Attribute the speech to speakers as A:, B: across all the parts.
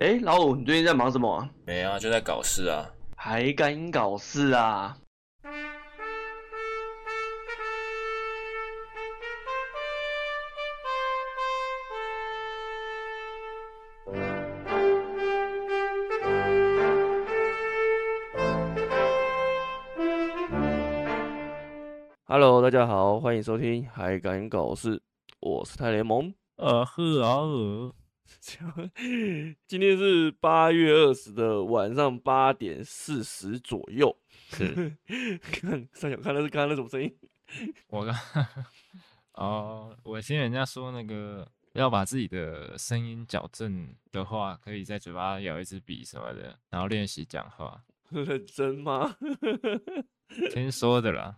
A: 哎，老五，你最近在忙什么啊？
B: 没啊，就在搞事啊。
A: 还敢搞事啊？
C: Hello，大家好，欢迎收听《还敢搞事》，我是泰联盟。
D: 呃呵啊呃，
C: 今天是八月二十的晚上八点四十左右。
D: 是
C: 看三小看那是刚刚那什么声音？
D: 我刚 哦，我听人家说那个要把自己的声音矫正的话，可以在嘴巴咬一支笔什么的，然后练习讲 话，
C: 认真吗？
D: 听说的啦，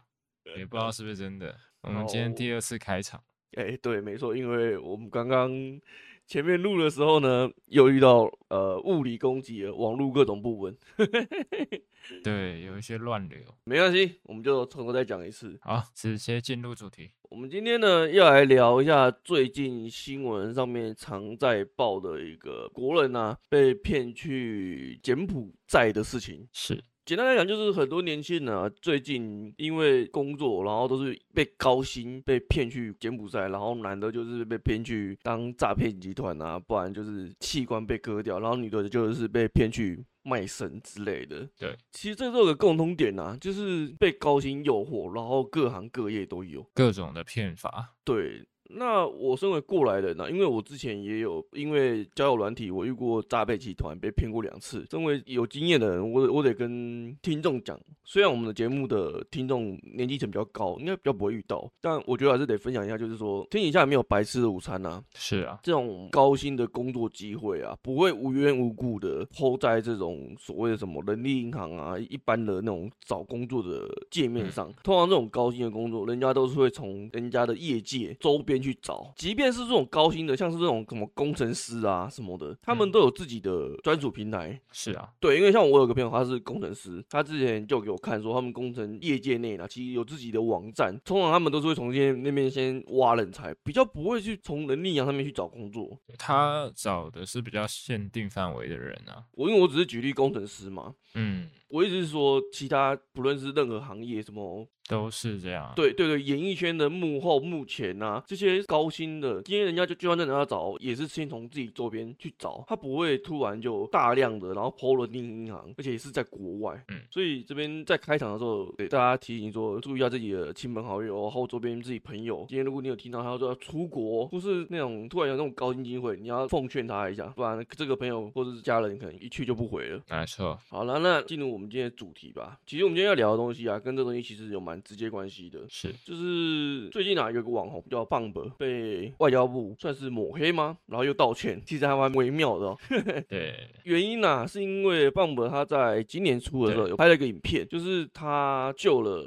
D: 也不知道是不是真的。我们今天第二次开场，
C: 哎、对，没错，因为我们刚刚前面录的时候呢，又遇到呃物理攻击了，网络各种不稳。
D: 对，
B: 哦
D: 有一些乱流。
C: 没关系，我们就从头再讲一次。
D: 好，直接进入主题。
C: 我们今天呢，要来聊一下最近新闻上面常在报的一个国人啊被骗去柬埔寨的事情。
D: 是，
C: 简单来讲，就是很多年轻人啊，最近因为工作，然后都是被高薪被骗去柬埔寨，然后男的就是被骗去当诈骗集团啊，不然就是器官被割掉，然后女的就是被骗去卖身之类的。
D: 对，
C: 其实这都有个共通点啊，就是被高薪诱惑，然后各行各业都有。
D: 各种的骗法。
C: 对，那我身为过来人呢、啊因为我之前也有因为交友软体，我遇过诈骗集团被骗过两次。身为有经验的人，我得我得跟听众讲，虽然我们的节目的听众年纪层比较高，应该比较不会遇到，但我觉得还是得分享一下，就是说天底下没有白吃的午餐呐、
D: 是啊，
C: 这种高薪的工作机会啊，不会无缘无故的抛在这种所谓的什么人力银行啊，一般的那种找工作的界面上。
D: 嗯
C: 通常这种高薪的工作，人家都是会从人家的业界周边去找，即便是这种高薪的，像是这种什么工程师啊什么的，他们
D: 嗯
C: 都有自己的专属平台，
D: 是啊，
C: 对，因为像我有个朋友，他是工程师，他之前就给我看说，他们工程业界内呢，其实有自己的网站，通常他们都是会从先那边先挖人才，比较不会去从人力银行上面去找工作。
D: 他找的是比较限定范围的人啊。
C: 我因为我只是举例工程师嘛，
D: 嗯，
C: 我意思是说，其他不论是任何行业，什么
D: 都是这样。，
C: 对对对，演艺圈的幕后、幕前啊，这些高薪的，今天人家就就算真的要找，也是先从自己周边去找，他不会突然就大量的，然后抛了另一银行，而且也是在国外。
D: 嗯
C: 所以这边在开场的时候，给大家提醒说，注意一下自己的亲朋好友，然后周边自己朋友。今天如果你有听到他说要出国，或是那种突然有那种高薪机会，你要奉劝他一下，不然这个朋友或者是家人可能一去就不回了。
D: 没错。
C: 好了，那进入我们今天的主题吧。其实我们今天要聊的东西啊，跟这东西其实有蛮直接关系的。
D: 是，
C: 就是最近啊，有个网红叫棒伯，被外交部算是抹黑吗？然后又道歉，其实还蛮微妙的、哦。
D: 对，
C: 原因呢、啊，是因为棒伯他在今年初的时候
D: 对
C: 有拍了一个影片，就是他救了。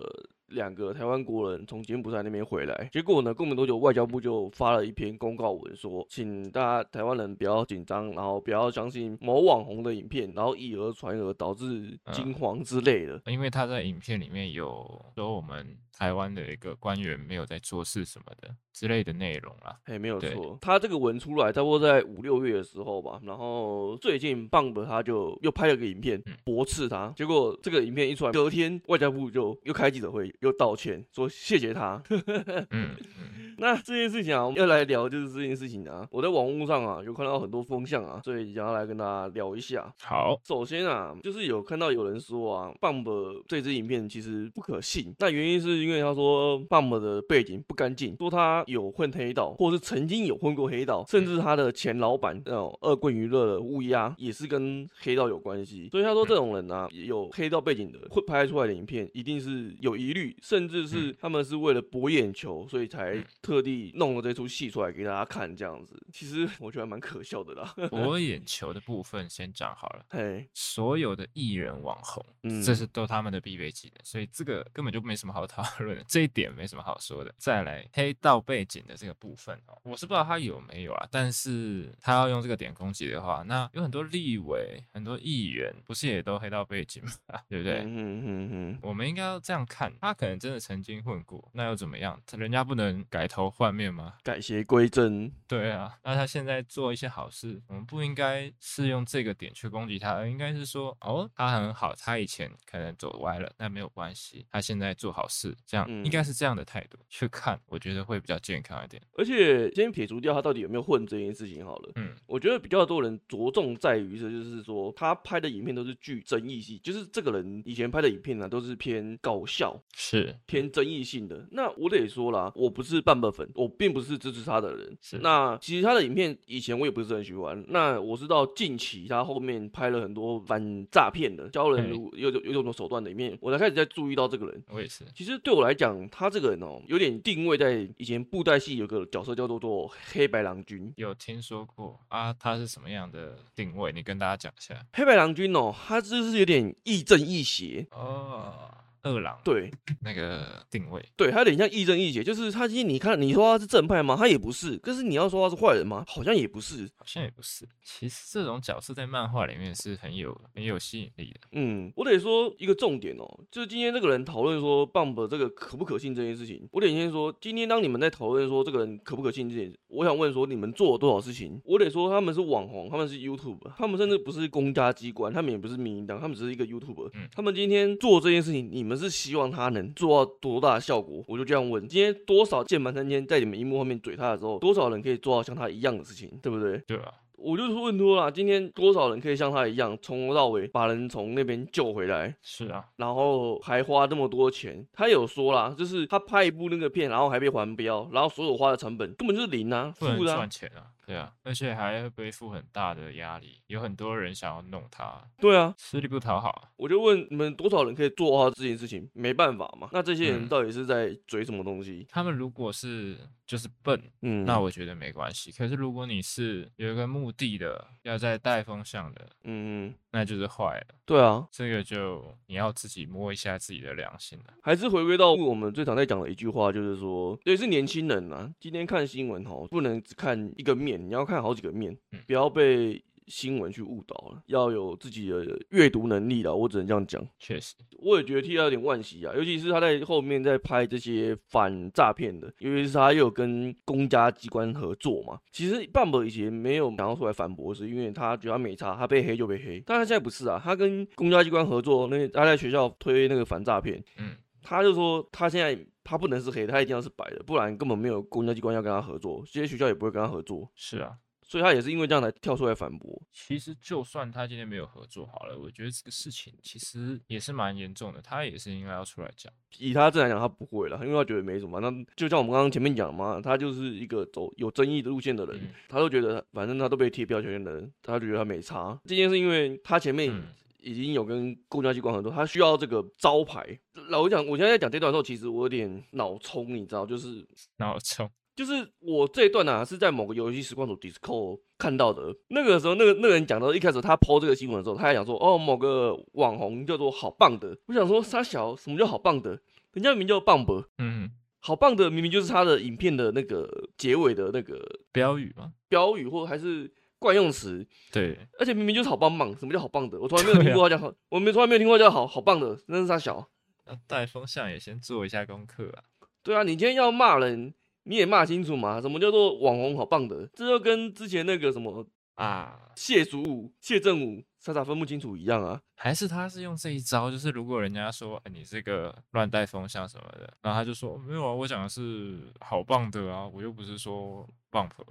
C: 两个台湾国人从柬埔寨那边回来，结果呢，过没多久，外交部就发了一篇公告文说，请大家台湾人不要紧张，然后不要相信某网红的影片，然后以讹传讹，导致惊慌之类的。
D: 因为他在影片里面有说我们台湾的一个官员没有在做事什么的之类的内容啦。
C: 哎，没有
D: 对
C: 错，他这个文出来差不多在五六月的时候吧，然后最近棒的他就又拍了个影片
D: 嗯
C: 驳斥他，结果这个影片一出来，隔天外交部就又开记者会，又道歉说谢谢他。
D: 嗯嗯，
C: 那这件事情啊，我们要来聊就是这件事情啊，我在网络上啊有看到很多风向啊，所以想要来跟大家聊一下。
D: 好，
C: 首先啊，就是有看到有人说啊，Bump 这支影片其实不可信。那原因是因为他说 Bump 的背景不干净，说他有混黑道，或是曾经有混过黑道，甚
D: 嗯
C: 至他的前老板那种恶棍娱乐的乌鸦也是跟黑道有关系。所以他说这种人啊，有黑道背景的，会拍出来的影片一定是有疑虑，甚至是
D: 嗯
C: 他们是为了博眼球，所以才特地弄了这出戏出来给大家看这样子。其实我觉得还蛮可笑的啦。
D: 博眼球的部分先讲好了。
C: 嘿，
D: 所有的艺人网红，
C: 嗯
D: 这是都他们的必备技能，所以这个根本就没什么好讨论的，这一点没什么好说的。再来黑道背景的这个部分哦，我是不知道他有没有啊，但是他要用这个点攻击的话，那有很多立委、很多议员不是也都黑道背景嘛， 对不对？
C: 嗯哼哼哼。
D: 我们应该要这样看，他可能真的曾经混过，那又怎么样？他人家不能改头换面吗？
C: 改邪归正，
D: 对啊，那他现在做一些好事，我们不应该是用这个点去攻击他，而应该是说，哦，他很好，他以前可能走歪了，那没有关系，他现在做好事，这样、
C: 嗯
D: 应该是这样的态度去看，我觉得会比较健康一点。
C: 而且先撇除掉他到底有没有混这件事情好了。
D: 嗯，
C: 我觉得比较多人着重在于的，就是说他拍的影片都是具争议性，就是这个人以前拍的影片呢、啊都是偏搞笑、
D: 是
C: 偏争议性的。那我得说啦，我不是半本粉，我并不是支持他的人。
D: 是
C: 那其实他的影片以前我也不是很喜欢，那我是到近期他后面拍了很多反诈骗的、教人
D: 嘿
C: 如有有有种手段的影片，我才开始在注意到这个人。
D: 我也是，
C: 其实对我来讲，他这个人哦，有点定位在以前布袋戏有个角色叫做做黑白郎君。
D: 有听说过啊，他是什么样的定位？你跟大家讲一下。
C: 黑白郎君哦，他就是有点亦正亦邪，
D: 哦，二郎
C: 对
D: 那个定位，
C: 对，他有点像亦正亦邪，就是他今天你看，你说他是正派吗？他也不是，可是你要说他是坏人吗？好像也不是。
D: 好像也不是。其实这种角色在漫画里面是很有很有吸引力的。
C: 嗯，我得说一个重点哦，就是今天这个人讨论说 Bump 这个可不可信这件事情，我得先说，今天当你们在讨论说这个人可不可信之前，我想问说你们做了多少事情？我得说他们是网红，他们是 YouTube，他们甚至不是公家机关，他们也不是民营党，他们只是一个 YouTube。
D: 嗯
C: 他们今天做这件事情，你们是希望他能做到多大的效果？我就这样问，今天多少键盘三千在你们荧幕后面怼他的时候，多少人可以做到像他一样的事情，对不对？
D: 对啊，
C: 我就是问多啦，今天多少人可以像他一样，从头到尾把人从那边救回来，
D: 是啊，
C: 然后还花这么多钱？他有说啦，就是他拍一部那个片，然后还被还标，然后所有花的成本根本就是零啊，
D: 不能
C: 负的啊、
D: 赚钱啊，对啊，而且还要背负很大的压力，有很多人想要弄他，
C: 对啊，
D: 吃力不讨好啊。
C: 我就问你们多少人可以做好这件事情？没办法嘛，那这些人
D: 嗯
C: 到底是在追什么东西？
D: 他们如果是就是笨，
C: 嗯，
D: 那我觉得没关系。可是如果你是有一个目的的，要在带风向的，
C: 嗯，
D: 那就是坏了。
C: 对啊，
D: 这个就你要自己摸一下自己的良心了。
C: 还是回归到我们最常在讲的一句话，就是说，对，是年轻人啊，今天看新闻哦，不能只看一个面，你要看好几个面
D: 嗯，
C: 不要被新闻去误导了，要有自己的阅读能力了，我只能这样讲。
D: 确实，
C: 我也觉得替他有点惋惜啊，尤其是他在后面在拍这些反诈骗的，尤其是他又有跟公家机关合作嘛。其实半本以前没有想要出来反驳，是因为他觉得他没差，他被黑就被黑。但他现在不是啊，他跟公家机关合作，那他在学校推那个反诈骗，
D: 嗯，
C: 他就说他现在他不能是黑的，他一定要是白的，不然根本没有公家机关要跟他合作，这些学校也不会跟他合作，
D: 是啊。
C: 所以他也是因为这样才跳出来反驳。
D: 其实就算他今天没有合作好了，我觉得这个事情其实也是蛮严重的，他也是应该要出来讲。
C: 以他这来讲，他不会了，因为他觉得没什么。那就像我们刚刚前面讲嘛，他就是一个走有争议的路线的人，
D: 嗯
C: 他都觉得反正他都被贴标签的人，他就觉得他没差。这件事因为他前面
D: 嗯
C: 已经有跟公家机关合作，他需要这个招牌。老实讲，我现在在讲这段的时候，其实我有点脑冲，你知道，就是
D: 然后冲，
C: 就是我这一段呢、啊、是在某个游戏实况组 Discord 看到的。那个时候，那个那个人讲到一开始他抛这个新闻的时候，他还讲说哦某个网红叫做好棒的，我想说沙小什么叫好棒的？人家名叫棒伯，
D: 嗯，
C: 好棒的明明就是他的影片的那个结尾的那个
D: 标语嘛，
C: 标语或还是惯用词，
D: 对，
C: 而且明明就是好棒棒，什么叫好棒的？我从来没有听
D: 对啊
C: 过他讲好，我没从来没有听过他叫好好棒的，那是沙小。
D: 那带风向也先做一下功课啊。
C: 对啊，你今天要骂人，你也骂清楚嘛，什么叫做网红好棒的？这就跟之前那个什么
D: 啊，
C: 谢祖武、谢振武傻傻分不清楚一样啊。
D: 还是他是用这一招，就是如果人家说、哎你这个乱带风向什么的，然后他就说没有啊，我讲的是好棒的啊，我又不是说棒婆。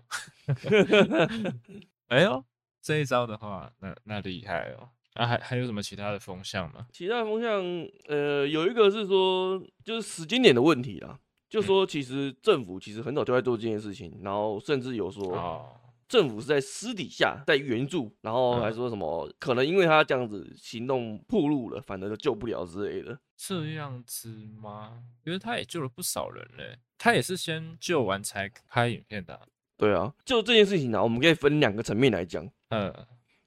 D: 哎呦，这一招的话，那那厉害哦。啊，还还有什么其他的风向吗？
C: 其他的风向，呃，有一个是说就是时间点的问题啦，就说
D: 嗯
C: 其实政府其实很早就在做这件事情，然后甚至有说
D: 哦，
C: 政府是在私底下在援助，然后
D: 嗯
C: 还说什么、可能因为他这样子行动暴露了，反正就救不了之类的。
D: 这样子吗？其实他也救了不少人嘞，他也是先救完才拍影片的啊、
C: 对啊，就这件事情呢、我们可以分两个层面来讲。
D: 嗯，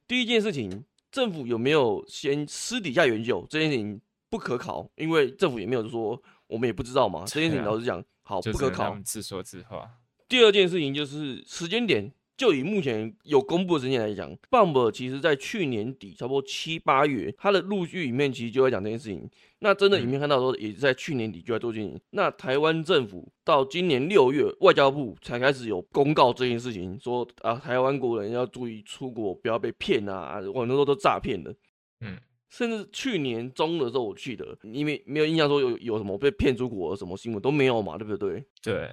C: 第一件事情，政府有没有先私底下援救这件事情不可考，因为政府也没有说我们也不知道嘛。这件事
D: 对
C: 情
D: 啊
C: 老实讲，好
D: 就
C: 哦不
D: 只
C: 可
D: 能他
C: 考
D: 们。自说自话。
C: 第二件事情就是时间点，就以目前有公布的时间来讲，Bump 其实在去年底差不多七八月，他的陆剧里面其实就在讲这件事情。那真的影片看到说，也是在去年底就在做这件事情。那台湾政府到今年六月，外交部才开始有公告这件事情，说啊，台湾国人要注意出国不要被骗啊，很多都诈骗的。
D: 嗯，
C: 甚至去年中的时候，我记得你没没有印象说有有什么被骗出国什么新闻都没有嘛，对不对？
D: 对，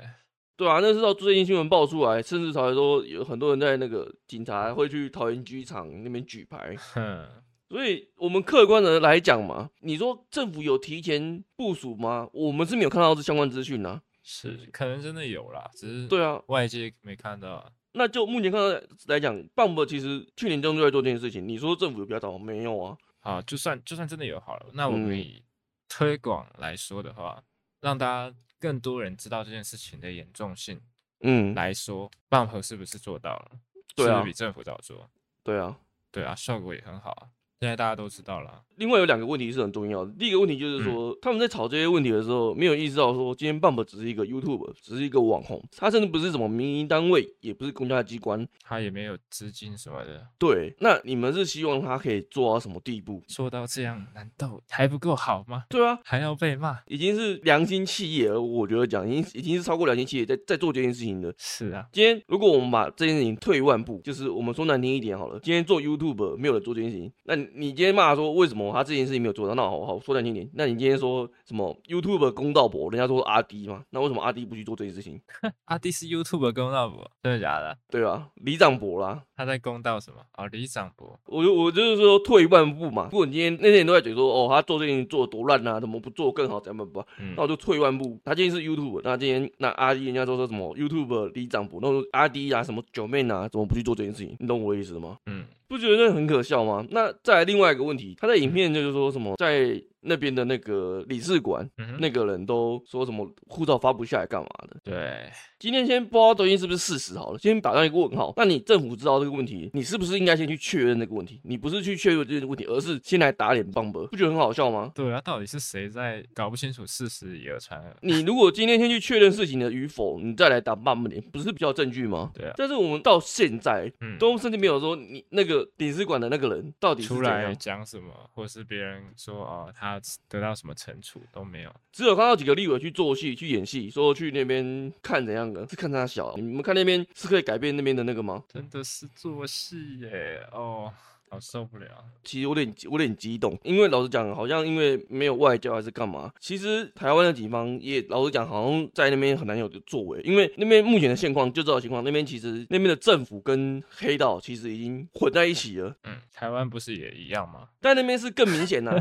C: 对啊，那是到最近新闻爆出来，甚至才说有很多人在那个警察会去桃园机场那边举牌，
D: 哼，
C: 所以我们客观的来讲嘛，你说政府有提前部署吗？我们是没有看到这相关资讯啊。
D: 是可能真的有啦，只是
C: 对啊，
D: 外界没看到啊。
C: 那就目前看到来讲，Bump 其实去年中就在做这件事情，你说政府有比较早吗没有啊？
D: 好，就算就算真的有好了，那我
C: 嗯
D: 们以推广来说的话，让大家更多人知道这件事情的严重性
C: 嗯，
D: 来说，Bump 是不是做到了？
C: 对
D: 是
C: 啊
D: 不是比政府早做？
C: 对啊。
D: 对啊，效果也很好啊，现在大家都知道了啊。
C: 另外有两个问题是很重要的。第一个问题就是说，他们在吵这些问题的时候，没有意识到说，今天 Bump 只是一个 YouTube，只是一个网红，他甚至不是什么民营单位，也不是公家机关。
D: 他也没有资金什么的，
C: 对，那你们是希望他可以做到什么地步？
D: 做到这样，难道还不够好吗？
C: 对啊，
D: 还要被骂？
C: 已经是良心企业了，我觉得讲已经已经是超过良心企业在在做这件事情的。
D: 是啊，
C: 今天如果我们把这件事情退一万步，就是我们说难听一点好了，今天做 YouTube 没有人做这件事情，那你你今天骂说为什么他这件事情没有做到，那好好说难听一点，那你今天说什么 YouTube 公道博，人家说阿迪嘛，那为什么阿迪不去做这件事情？
D: 阿弟是 YouTube 公道博，真的假的？
C: 对啊，李长博啦，
D: 他在公道什么？哦，李长博，
C: 我就我就是说退一万步嘛，如果你今天那些人都在嘴说哦他做这件事情做得多烂啊，怎么不做更好，怎么不好，
D: 嗯
C: 那，我就退万步，他今天是 YouTube，那今天那阿 D 人家都说什么 YouTube 李长博，那我说阿 D 啊什么九妹啊，怎么不去做这件事情？你懂我的意思吗？
D: 嗯，
C: 不觉得那很可笑吗？那再来另外一个问题，他在影片就是说什么在那边的那个领事馆。
D: 嗯哼
C: 那个人都说什么护照发不下来干嘛的？
D: 对，
C: 今天先不知道抖音是不是事实好了，先打上一个问号。那你政府知道这个问题，你是不是应该先去确认这个问题？你不是去确认这个问题，而是先来打脸棒棒，不觉得很好笑吗？
D: 对啊，到底是谁在搞不清楚事实以讹传讹？
C: 你如果今天先去确认事情的与否，你再来打半脸，不是比较有证据吗？
D: 对啊，
C: 但是我们到现在
D: 嗯，
C: 都甚至没有说你那个领事馆的那个人到底是
D: 出
C: 怎
D: 来
C: 样，
D: 讲什么，或是别人说哦，他得到什么惩处都没有。
C: 只有看到几个立委去做戏、去演戏，说去那边看怎样的，是看他小。你们看那边是可以改变那边的那个吗？
D: 真的是做戏耶！哦，好受不了。
C: 其实我有点我有点激动，因为老实讲，好像因为没有外交还是干嘛，其实台湾的警方也老实讲，好像在那边很难有作为，因为那边目前的现况就知道情况，那边其实那边的政府跟黑道其实已经混在一起了，
D: 嗯，台湾不是也一样吗？
C: 但那边是更明显 呐、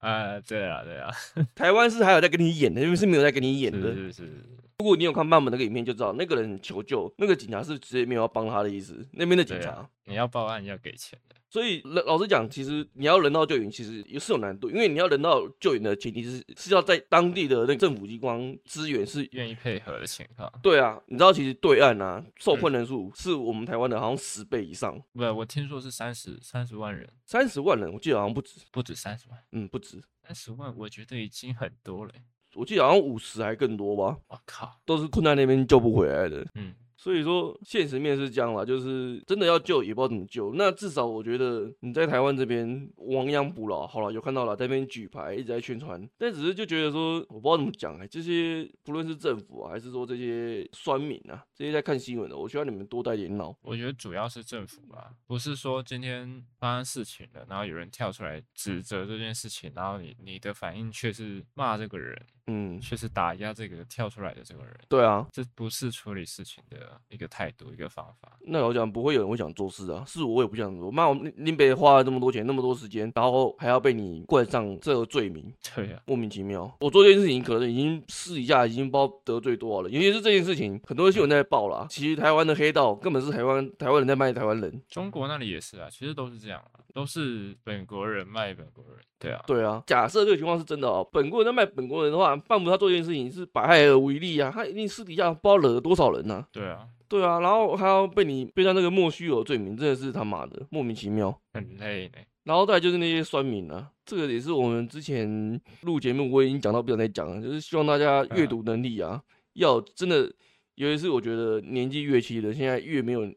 D: 啊，对啊，对啊，
C: 台湾是还有在跟你演的，那边是没有在跟你演的。
D: 是是是，
C: 如果你有看漫漫那个影片就知道，那个人求救，那个警察是直接没有要帮他的意思，那边的警
D: 对
C: 察。
D: 啊，你要报案要给钱的。
C: 所以老老实讲，其实你要人道救援，其实也是有难度，因为你要人道救援的前提是是要在当地的那个政府机关资源是。
D: 愿意配合的情况。
C: 对啊，你知道其实对岸啊受困人数是我们台湾的好像十倍以上，
D: 不，我听说是三十三十万人，
C: 三十万人，我记得好像不止，
D: 不止三十万，
C: 嗯不止，
D: 三十万我觉得已经很多了欸。
C: 我记得好像五十还更多吧，
D: 我靠，
C: 都是困在那边救不回来的。
D: 嗯，
C: 所以说，现实面是这样啦，就是真的要救也不知道怎么救。那至少我觉得你在台湾这边亡羊补牢，好了，有看到了，在那边举牌一直在宣传，但只是就觉得说，我不知道怎么讲哎、这些不论是政府啊，还是说这些酸民啊，这些在看新闻的，我希望你们多带点脑。
D: 我觉得主要是政府吧，不是说今天发生事情了，然后有人跳出来指责这件事情，然后你你的反应却是骂这个人，
C: 嗯，
D: 却是打压这个跳出来的这个人，
C: 对啊，
D: 这不是处理事情的一个态度，一个方法。
C: 那我讲不会有人会想做事啊，是我也不想做。妈，我们林北花了这么多钱，那么多时间，然后还要被你冠上这个罪名，
D: 对啊呀、
C: 莫名其妙。我做这件事情可能已经试一下，已经不知道得罪多少了。尤其是这件事情，很多新闻在报啦。其实台湾的黑道根本是台湾台湾人在卖台湾人。
D: 中国那里也是啊，其实都是这样、啊，都是本国人卖本国人。对啊，
C: 对啊，假设这个情况是真的哦，本国人在卖本国人的话，半不他做这件事情是百害而无一利啊，他一定私底下不知道惹了多少人呐、啊。
D: 对啊，
C: 对啊，然后还要被你背上那个莫须有的罪名，真的是他妈的莫名其妙。
D: 很累呢。
C: 然后再来就是那些酸民啊，这个也是我们之前录节目我已经讲到不想再讲了，就是希望大家阅读能力啊，要真的尤其是我觉得年纪越轻的人现在越没有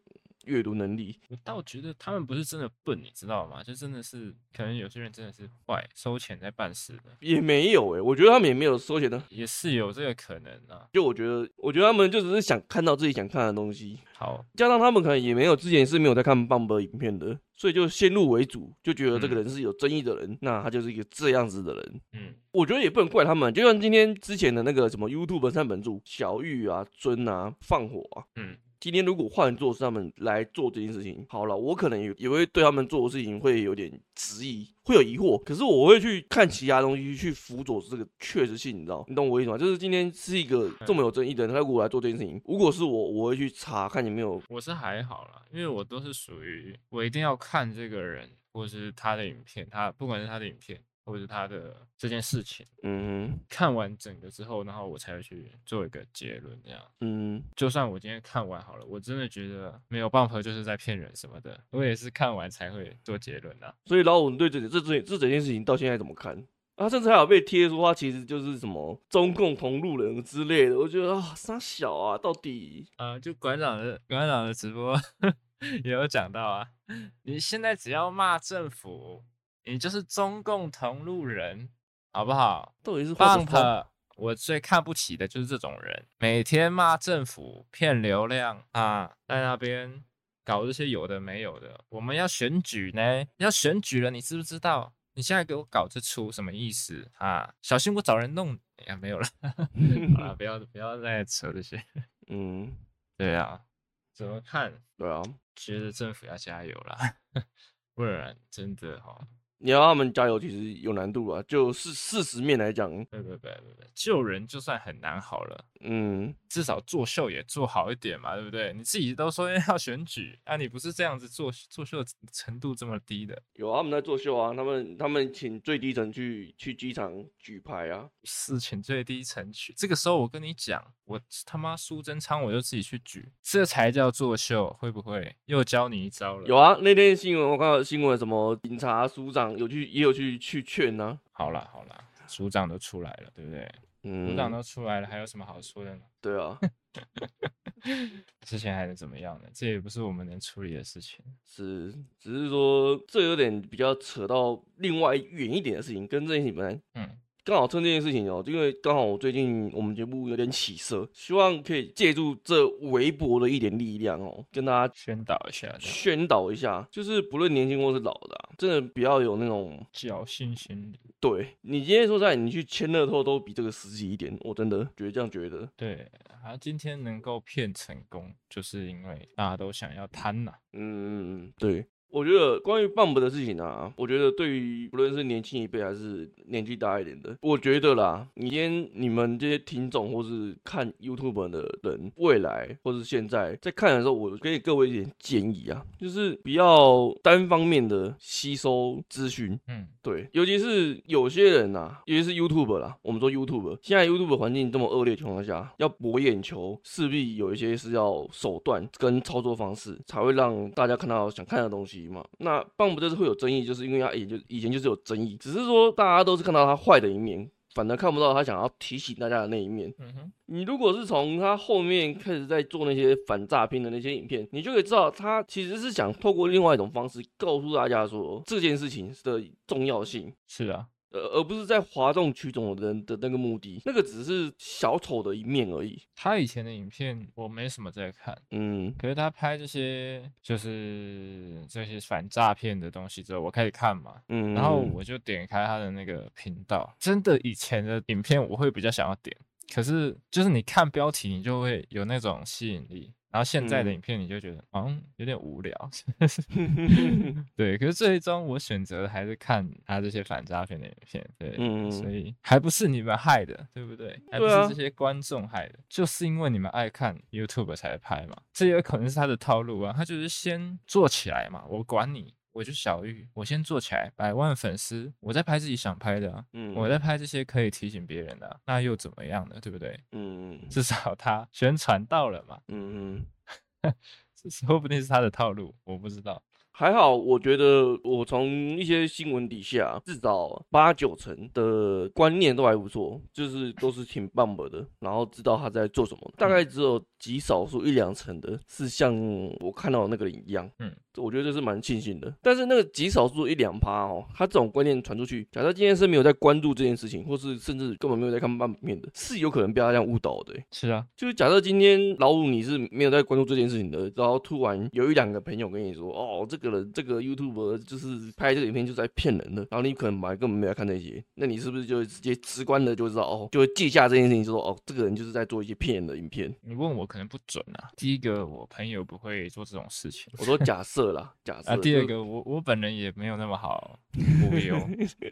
C: 阅读能力，
D: 我倒觉得他们不是真的笨，你知道吗？就真的是，可能有些人真的是坏，收钱在办事的，
C: 也没有诶、我觉得他们也没有收钱的。
D: 也是有这个可能啊。
C: 就我觉得，我觉得他们就只是想看到自己想看的东西，
D: 好，
C: 加上他们可能也没有之前是没有在看 b u m b 影片的，所以就先入为主，就觉得这个
D: 嗯
C: 人是有争议的人，那他就是一个这样子的人。
D: 嗯，
C: 我觉得也不能怪他们，就像今天之前的那个什么 YouTube 三本柱、小玉啊、尊啊、放火啊，
D: 嗯，
C: 今天如果换做是他们来做这件事情，好了，我可能也也会对他们做的事情会有点质疑，会有疑惑，可是我会去看其他东西去辅佐这个确实性，你知道，你懂我意思吗？就是今天是一个这么有争议的人，他如果来做这件事情，如果是我，我会去查看有没有
D: 我是还好啦，因为我都是属于我一定要看这个人，或是他的影片，他不管是他的影片，或是他的这件事情，
C: 嗯哼
D: 看完整个之后，然后我才会去做一个结论。这样，
C: 嗯
D: 就算我今天看完好了，我真的觉得没有 bump 就是在骗人什么的，我也是看完才会做结论啊的、
C: 所以老五你对这这这这整件事情到现在怎么看？啊，甚至还有被贴说他其实就是什么中共同路人之类的，我觉得啊，傻小啊，到底
D: 呃，就馆长的馆长的直播 也有讲到啊，你现在只要骂政府，你就是中共同路人，好不好
C: 到底是画不画？
D: ？Bump，我最看不起的就是这种人，每天骂政府骗流量啊，在那边搞这些有的没有的。我们要选举呢，要选举了，你知不知道？你现在给我搞这出什么意思啊？小心我找人弄你！哎呀，没有了， 好了，不要不要再扯这些。
C: 啊嗯，
D: 对啊，怎么看？
C: 对啊，
D: 觉得政府要加油啦，
C: 哎
D: 不然真的哈，
C: 你要他们加油，其实有难度啊。就事事实面来讲，
D: 不不不不不，救人就算很难好了，
C: 嗯，
D: 至少作秀也做好一点嘛，对不对？你自己都说要选举，啊，你不是这样子做作秀程度这么低的，
C: 有啊，他们在作秀啊，他们他们请最低层去去机场举牌啊，
D: 事情最低程序。这个时候我跟你讲，我他妈苏贞昌我就自己去举，这才叫作秀，会不会？又教你一招了。
C: 有啊。那天新闻我看到新闻，什么警察署长有去也有去去劝啊，
D: 好啦好啦，署长都出来了，对不对？署
C: 嗯，
D: 长都出来了，还有什么好说的呢？
C: 对啊，
D: 之前还能怎么样呢？这也不是我们能处理的事情。
C: 是，只是说这有点比较扯到另外远一点的事情，跟这件事情本来
D: 嗯，
C: 刚好趁这件事情哦，因为刚好我最近我们节目有点起色，希望可以借助这微薄的一点力量哦，跟大家
D: 宣导一下这样，
C: 宣导一下，就是不论年轻或是老的啊、真的不要有那种
D: 侥幸心理。
C: 对你今天说实在，你去签乐透都比这个实际一点，我真的觉得这样觉得。
D: 对，他今天能够骗成功，就是因为大家都想要贪呐、
C: 嗯，对，我觉得关于 bump 的事情啊，我觉得对于不论是年轻一辈还是年纪大一点的，我觉得啦，你今天你们这些听众或是看 YouTube 的人，未来或是现在在看的时候，我给各位一点建议啊，就是不要单方面的吸收资讯，
D: 嗯，
C: 对，尤其是有些人呐、啊，尤其是 YouTube 啦，我们说 YouTube，现在 YouTube 环境这么恶劣的情况下，要博眼球，势必有一些是要手段跟操作方式，才会让大家看到想看的东西嘛。那棒不就是会有争议，就是因为它也就以前就是有争议，只是说大家都是看到它坏的一面。反而看不到他想要提醒大家的那一面。
D: 嗯哼，
C: 你如果是从他后面开始在做那些反诈骗的那些影片，你就可以知道他其实是想透过另外一种方式告诉大家说这件事情的重要性。
D: 是啊，
C: 呃，而不是在哗众取宠的人的那个目的，那个只是小丑的一面而已。
D: 他以前的影片我没什么在看，
C: 嗯，
D: 可是他拍这些就是这些反诈骗的东西之后，我开始看嘛，
C: 嗯，
D: 然后我就点开他的那个频道，真的以前的影片我会比较想要点，可是就是你看标题你就会有那种吸引力，然后现在的
C: 嗯
D: 影片你就觉得好像有点 无聊，对，可是最终我选择的还是看他这些反诈骗的影片，对，
C: 嗯
D: 所以还不是你们害的，对不对？还不
C: 对啊
D: 是这些观众害的，就是因为你们爱看 YouTube 才拍嘛，这也可能是他的套路啊，他就是先做起来嘛，我管你。我就小玉，我先做起来，百万粉丝，我在拍自己想拍的啊，
C: 嗯
D: 我在拍这些可以提醒别人的啊、那又怎么样呢？对不对？
C: 嗯嗯
D: 至少他宣传到了嘛，
C: 嗯
D: 这说不定是他的套路，我不知道。
C: 还好，我觉得我从一些新闻底下，至少八九成的观念都还不错，就是都是挺棒的，然后知道他在做什么。大概只有极少数一两成的是像我看到的那个人一样，
D: 嗯，
C: 我觉得这是蛮庆幸的。但是那个极少数一两趴哦，他这种观念传出去，假设今天是没有在关注这件事情，或是甚至根本没有在看半面的，是有可能被他这样误导的欸、
D: 是啊，
C: 就是假设今天老五你是没有在关注这件事情的，然后突然有一两个朋友跟你说，哦，这个人这个 YouTube 就是拍这个影片就是在骗人的，然后你可能本来根本没有看这些，那你是不是就会直接直观的就知道，哦，就会记下这件事情，就说哦，这个人就是在做一些骗人的影片。
D: 你问我可能不准啊。第一个，我朋友不会做这种事情
C: 我说假设啦，假设。
D: 啊。第二
C: 就，嗯
D: 个，我我本人也没有那么 好忽悠。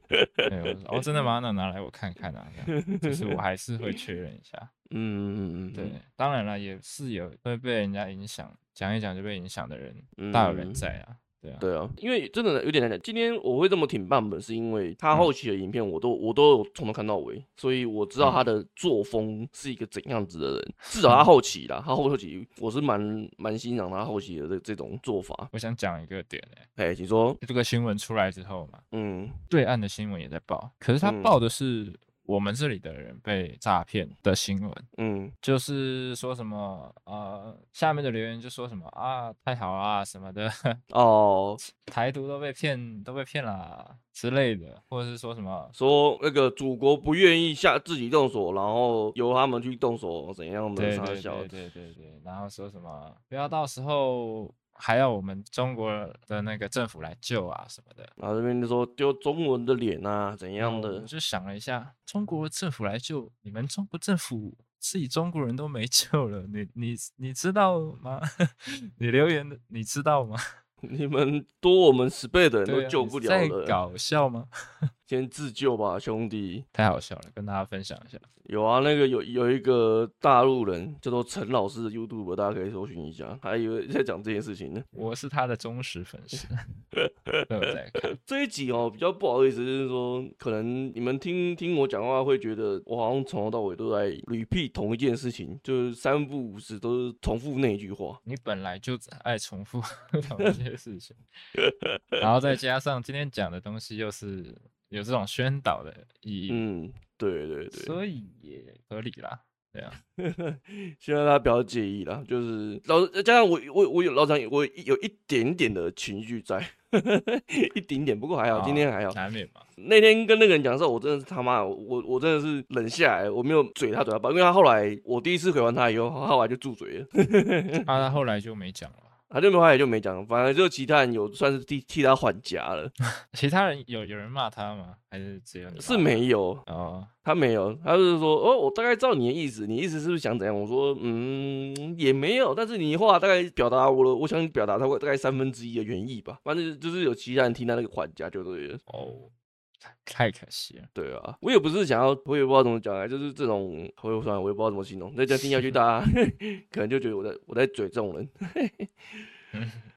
D: 对，我说哦，真的吗？那拿来我看看啊。这样就是我还是会确认一下。
C: 嗯嗯嗯，嗯
D: 对，，当然了，也是有会被人家影响，讲一讲就被影响的人，大有人
C: 嗯
D: 在啊。对啊，
C: 对啊，因为真的有点难讲。今天我会这么挺半本，是因为他后期的影片我都我都有从头看到尾，所以我知道他的作风是一个怎样子的人。至少他后期啦，他后期我是蛮蛮欣赏他后期的这这种做法。
D: 我想讲一个点诶、
C: 哎，你说，
D: 这个新闻出来之后嘛，
C: 嗯
D: 对岸的新闻也在报，可是他
C: 嗯
D: 报的是我们这里的人被诈骗的新闻，
C: 嗯
D: 就是说什么呃，下面的留言就说什么啊，太好啦什么的，
C: 哦，
D: 台独都被骗，都被骗啦之类的，或者是说 什么。
C: 说那个祖国不愿意下自己动手，然后由他们去动手怎样的
D: 对
C: 傻
D: 对
C: 小
D: 对对对对，然后说什么不要到时候还要我们中国的那个政府来救啊什么的。
C: 然后这边就说丢中文的脸啊，怎
D: 然
C: 样
D: 后
C: 的
D: 我？就想了一下，中国政府来救你们，中国政府自己中国人都没 救了，你你你知道吗？ 你留言的你知道吗？
C: 你们多我们十倍的人
D: 对
C: 都
D: 啊
C: 救
D: 你
C: 不
D: 是
C: 了
D: 在
C: 了，
D: 搞笑吗？
C: 先自救吧，兄弟。
D: 太好笑了，跟大家分享一下。
C: 有啊，那个有有一个大陆人叫做陈老师的 YouTube，大家可以搜寻一下，还以为在讲这件事情呢。
D: 我是他的忠实粉 丝，都有在看。
C: 这一集哦，比较不好意思，就是说，可能你们听听我讲话会觉得我好像从头到尾都在 repeat 同一件事情，就是三不五时都是重复那一句话。
D: 你本来就爱重复 同一些事情，然后再加上今天讲的东西又是有这种宣导的意义，
C: 嗯，对对对，
D: 所以也合理啦。对啊，
C: 希望大家不要介意啦。就是老加上我我我有老张，我有一点点的情绪在， 一点点，不过还好，今天还好。
D: 难免嘛。
C: 那天跟那个人讲的时候，我真的是他妈，我我真的是冷下来，我没有嘴他嘴巴爆，因为他后来我第一次回完他以后，他后来就住嘴了，
D: 啊，他后来就没讲了。
C: 他就没后来就没讲，反正就其他人有算是替替他还价了，
D: 其他人有有人骂他吗？还是只有你骂
C: 是
D: 他
C: 没有，
D: 哦？
C: 他没有，他就是说哦，我大概知道你的意思，你意思是不是想怎样？我说嗯，也没有，但是你话大概表达我的，我想表达他大概三分之一的原意吧，反正就是有其他人替他那个还价就对了。
D: 哦，太太可惜了。
C: 对啊，我也不是想要，我也不知道怎么讲啊，就是这种，我也算了，我也不知道怎么形容。再这样听下去，大家 可能就觉得我在我在嘴这种人。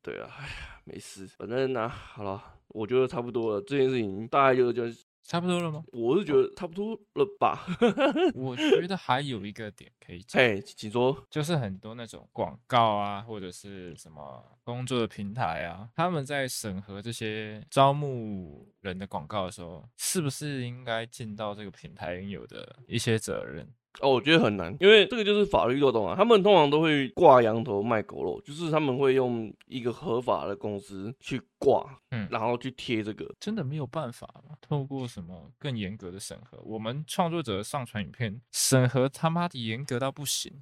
C: 对啊，哎呀，没事，反正呢、好了，我觉得差不多了。这件事情大概就就是，？
D: 差不多了吗
C: 我是觉得差不多了吧。
D: 我觉得还有一个点可以讲，
C: 哎，请说。
D: 就是很多那种广告啊，或者是什么工作的平台啊，他们在审核这些招募人的广告的时候，是不是应该尽到这个平台应有的一些责任？
C: 哦，我觉得很难，因为这个就是法律漏洞啊。他们通常都会挂羊头卖狗肉，就是他们会用一个合法的公司去挂，
D: 嗯
C: 然后去贴这个，
D: 真的没有办法吗？透过什么更严格的审核？我们创作者上传影片审核他妈的严格到 不行，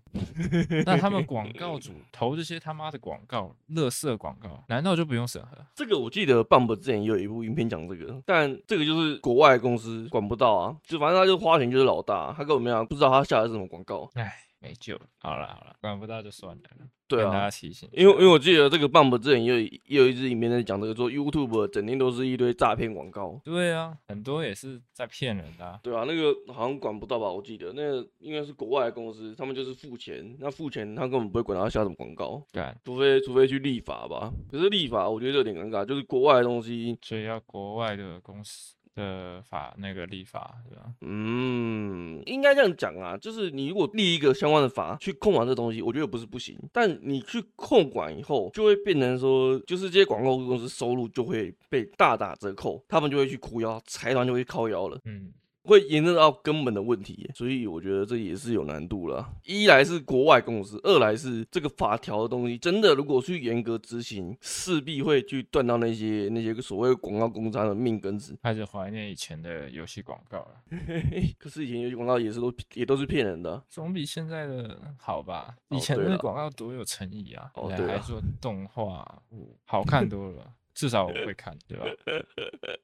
D: 那他们广告主投这些他妈的广告，乐色广告，难道就不用审核？
C: 这个我记得 Bump 之前也有一部影片讲这个，但这个就是国外公司管不到啊，就反正他就花钱就是老大，他根本没有不知道他下的是什么广告。
D: 唉，没救了。好了好了，管不到就算了。
C: 对
D: 跟大
C: 啊
D: 家，提醒一下，
C: 因为因为我记得这个 Bump 之前也有一也有一支影片在讲这个，说 YouTube 整天都是一堆诈骗广告。
D: 对啊，很多也是在骗人的、啊。
C: 对啊，那个好像管不到吧？我记得那个应该是国外的公司，他们就是付钱，那付钱他根本不会管他下什么广告，
D: 干，
C: 除非除非去立法吧。可是立法我觉得有点尴尬，就是国外的东西
D: 所以要国外的公司的法那个立法，对吧？
C: 嗯，应该这样讲啊，就是你如果立一个相关的法去控管这东西，我觉得不是不行，但你去控管以后，就会变成说，就是这些广告公司收入就会被大打折扣，他们就会去哭腰，财团就会靠腰了。
D: 嗯，
C: 会延伸到根本的问题耶，所以我觉得这也是有难度了。一来是国外公司，二来是这个法条的东西，真的如果去严格执行，势必会去断到那些那些所谓广告公司的命根子。
D: 开始怀念以前的游戏广告了，
C: 可是以前有些广告也是都也都是骗人的啊、
D: 总比现在的好吧？
C: 哦
D: 以前
C: 对
D: 的
C: 了
D: 广告多有诚意啊，
C: 哦
D: 人
C: 对
D: 还
C: 了
D: 做动画， 好看多了。至少我会看，对吧？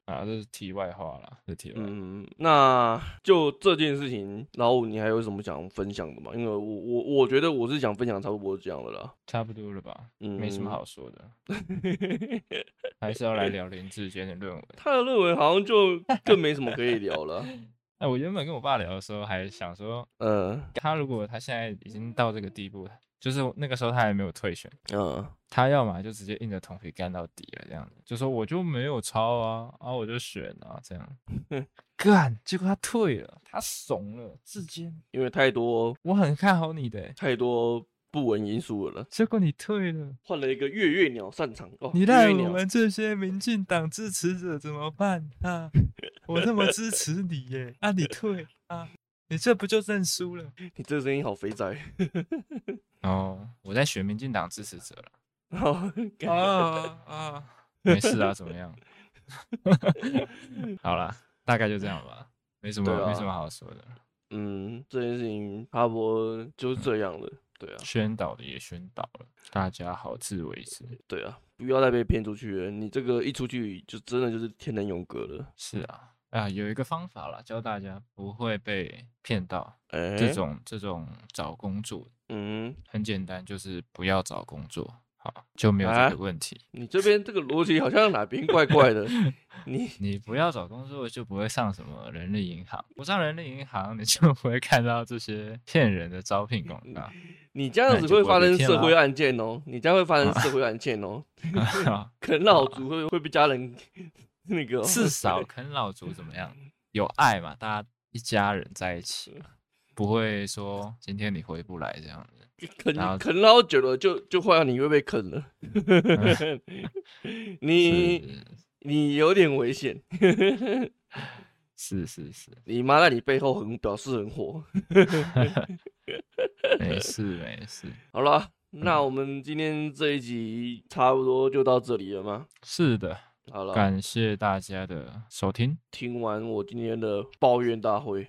D: 啊，这是题外话啦，这题外话。
C: 嗯，那就这件事情，然后你还有什么想分享的吗？因为我我我觉得我是想分享差不多这样的啦。
D: 差不多了吧，
C: 嗯，
D: 没什么好。说的， 还是要来聊林志坚的论文。
C: 他的论文好像就更没什么可以聊了。
D: 哎，我原本跟我爸聊的时候，还想说，
C: 嗯
D: 他如果他现在已经到这个地步，就是那个时候他还没有退选，
C: 嗯，
D: 他要么就直接硬着头皮干到底了，这样子，就说我就没有抄啊，啊我就选啊，这 样干，结果他退了，他怂了，志坚，
C: 因为太多
D: 我很看好你的欸，
C: 太多不文因素了，
D: 结果你退了，
C: 换了一个月月鸟擅长哦，
D: 你
C: 月
D: 让
C: 月
D: 我
C: 鸟
D: 们这些民进党支持者怎么办啊？我那么支持你耶，啊你退啊，你这不就认输了？
C: 你这个声音好肥仔，
D: 哦，我在选民进党支持者了。
C: 然 后干
D: 啊啊！没事啊，怎么样？好啦，大概就这样吧，没什么、
C: 对啊
D: 没什么好说的。
C: 嗯，这件事情差不多就是这样了，对啊，
D: 宣导的也宣导了，大家好自为之。
C: 对啊，不要再被骗出去了，你这个一出去就真的就是天人永隔了，
D: 是啊，啊，有一个方法啦，教大家不会被骗到。
C: 哎，
D: 这种这种找工作
C: 嗯，
D: 很简单，就是不要找工作，好就没有
C: 啊
D: 这个问题。
C: 你这边这个逻辑好像哪边怪怪 的，你
D: 你不要找工作，就不会上什么人力银行。不上人力银行，你就不会看到这些骗人的招聘广告。
C: 你这样
D: 那
C: 子
D: 就
C: 会
D: 不会
C: 发
D: 被
C: 生
D: 骗
C: 社
D: 啦
C: 会案件哦，你这样会发生社会案件哦，
D: 啊
C: 啃老族会会被家人那个哦
D: 至少啃老族怎么样？有爱嘛，大家一家人在一起嘛，不会说今天你回不来这样子。然后
C: 啃啃老久了就就会让你会被啃了，
D: 嗯
C: 你你有点危险，
D: 是是是是，
C: 你妈在你背后很表示很火。
D: 没事没事，
C: 好了，
D: 嗯
C: 那我们今天这一集差不多就到这里了吗？
D: 是的，
C: 好了，
D: 感谢大家的收 听，
C: 听完我今天的抱怨大会，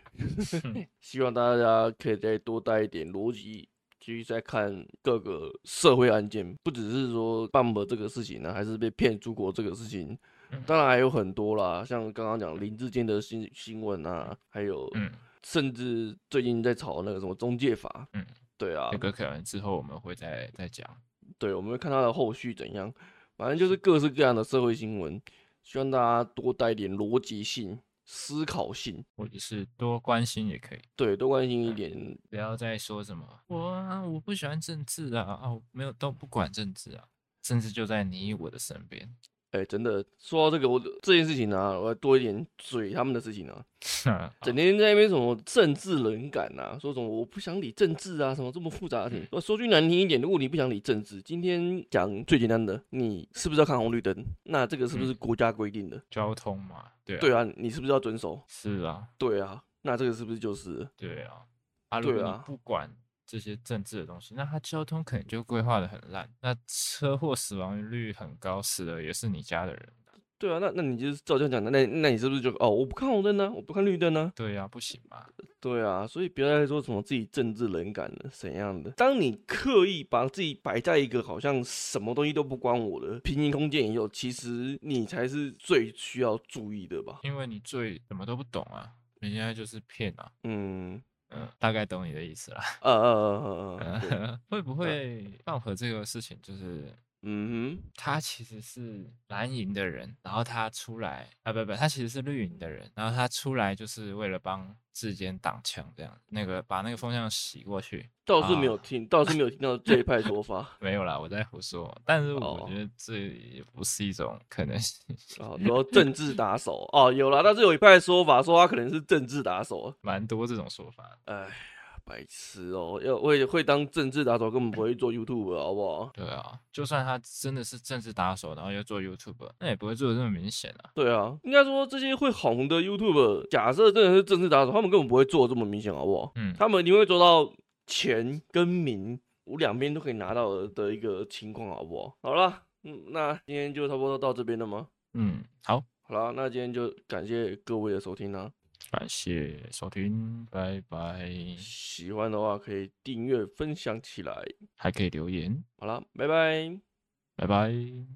C: 希望大家可以再多带一点逻辑。继续再看各个社会案件，不只是说办博这个事情呢、还是被骗出国这个事情，
D: 嗯
C: 当然还有很多啦，像刚刚讲林志坚的新新闻啊，还有
D: 嗯，
C: 甚至最近在吵那个什么中介法，
D: 嗯，
C: 对啊
D: 这，个可能之后我们会再再讲。
C: 对，我们会看它的后续怎样，反正就是各式各样的社会新闻，希望大家多带一点逻辑性、思考性，
D: 或者是多关心也可以，
C: 对，多关心一点，
D: 不要再说什么我啊，我不喜欢政治啊，啊，我没有都不管政治啊，政治就在你我的身边。
C: 哎，真的，说到这个，我这件事情啊，我要多一点嘴他们的事情啊，整天在那边什么政治冷感啊，说什么我不想理政治啊，什么这么复杂的
D: 嗯
C: 事情。我说句难听一点，如果你不想理政治，今天讲最简单的，你是不是要看红绿灯？那这个是不是
D: 嗯
C: 国家规定的？
D: 交通嘛，对啊，
C: 对啊，你是不是要遵守？
D: 是啊，
C: 对啊，那这个是不是就是？
D: 对啊，啊，如
C: 嗯对
D: 果你
C: 啊
D: 不管这些政治的东西，那它交通可能就规划的很烂，那车祸死亡率很高，死的也是你家的人。
C: 对啊，那那你就是照这样讲，那那你是不是就哦，我不看红灯呢、我不看绿灯呢、
D: 对呀、啊，不行嘛，
C: 对啊，所以不要再说什么自己政治冷感了怎样的。当你刻意把自己摆在一个好像什么东西都不关我的平行空间以后，其实你才是最需要注意的吧？
D: 因为你最什么都不懂啊，人家就是骗啊，
C: 嗯，
D: 嗯，大概懂你的意思啦。
C: 呃呃呃呃呃，对
D: 会不会放火这个事情，就是
C: 嗯哼，
D: 他其实是蓝营的人，然后他出来啊，不不，他其实是绿营的人，然后他出来就是为了帮志坚挡枪，这样那个把那个风向洗过去。
C: 倒是没有
D: 啊
C: 听，倒是没有听到这一派说法
D: 没有啦，我在胡说，但是
C: 哦
D: 我觉得这也不是一种可能性，
C: 啊，然后政治打手哦，有啦，但是有一派说法说他可能是政治打手，啊
D: 蛮多这种说法的。
C: 哎呀，白痴哦，要会会当政治打手根本不会做 YouTube 好不好？
D: 对啊，就算他真的是政治打手，然后又做 YouTube，那也不会做的这么明显啊。
C: 对啊，应该说这些会红的 YouTube，假设真的是政治打手，他们根本不会做得这么明显，好不好？
D: 嗯，
C: 他们一定会做到钱跟名，我两边都可以拿到的的一个情况，好不好？好了，嗯，那今天就差不多到这边了吗？
D: 嗯，好，
C: 好了，那今天就感谢各位的收听啦、
D: 感谢收听，拜拜，
C: 喜欢的话可以订阅分享起来。
D: 还可以留言，
C: 好了，拜拜。
D: 拜拜。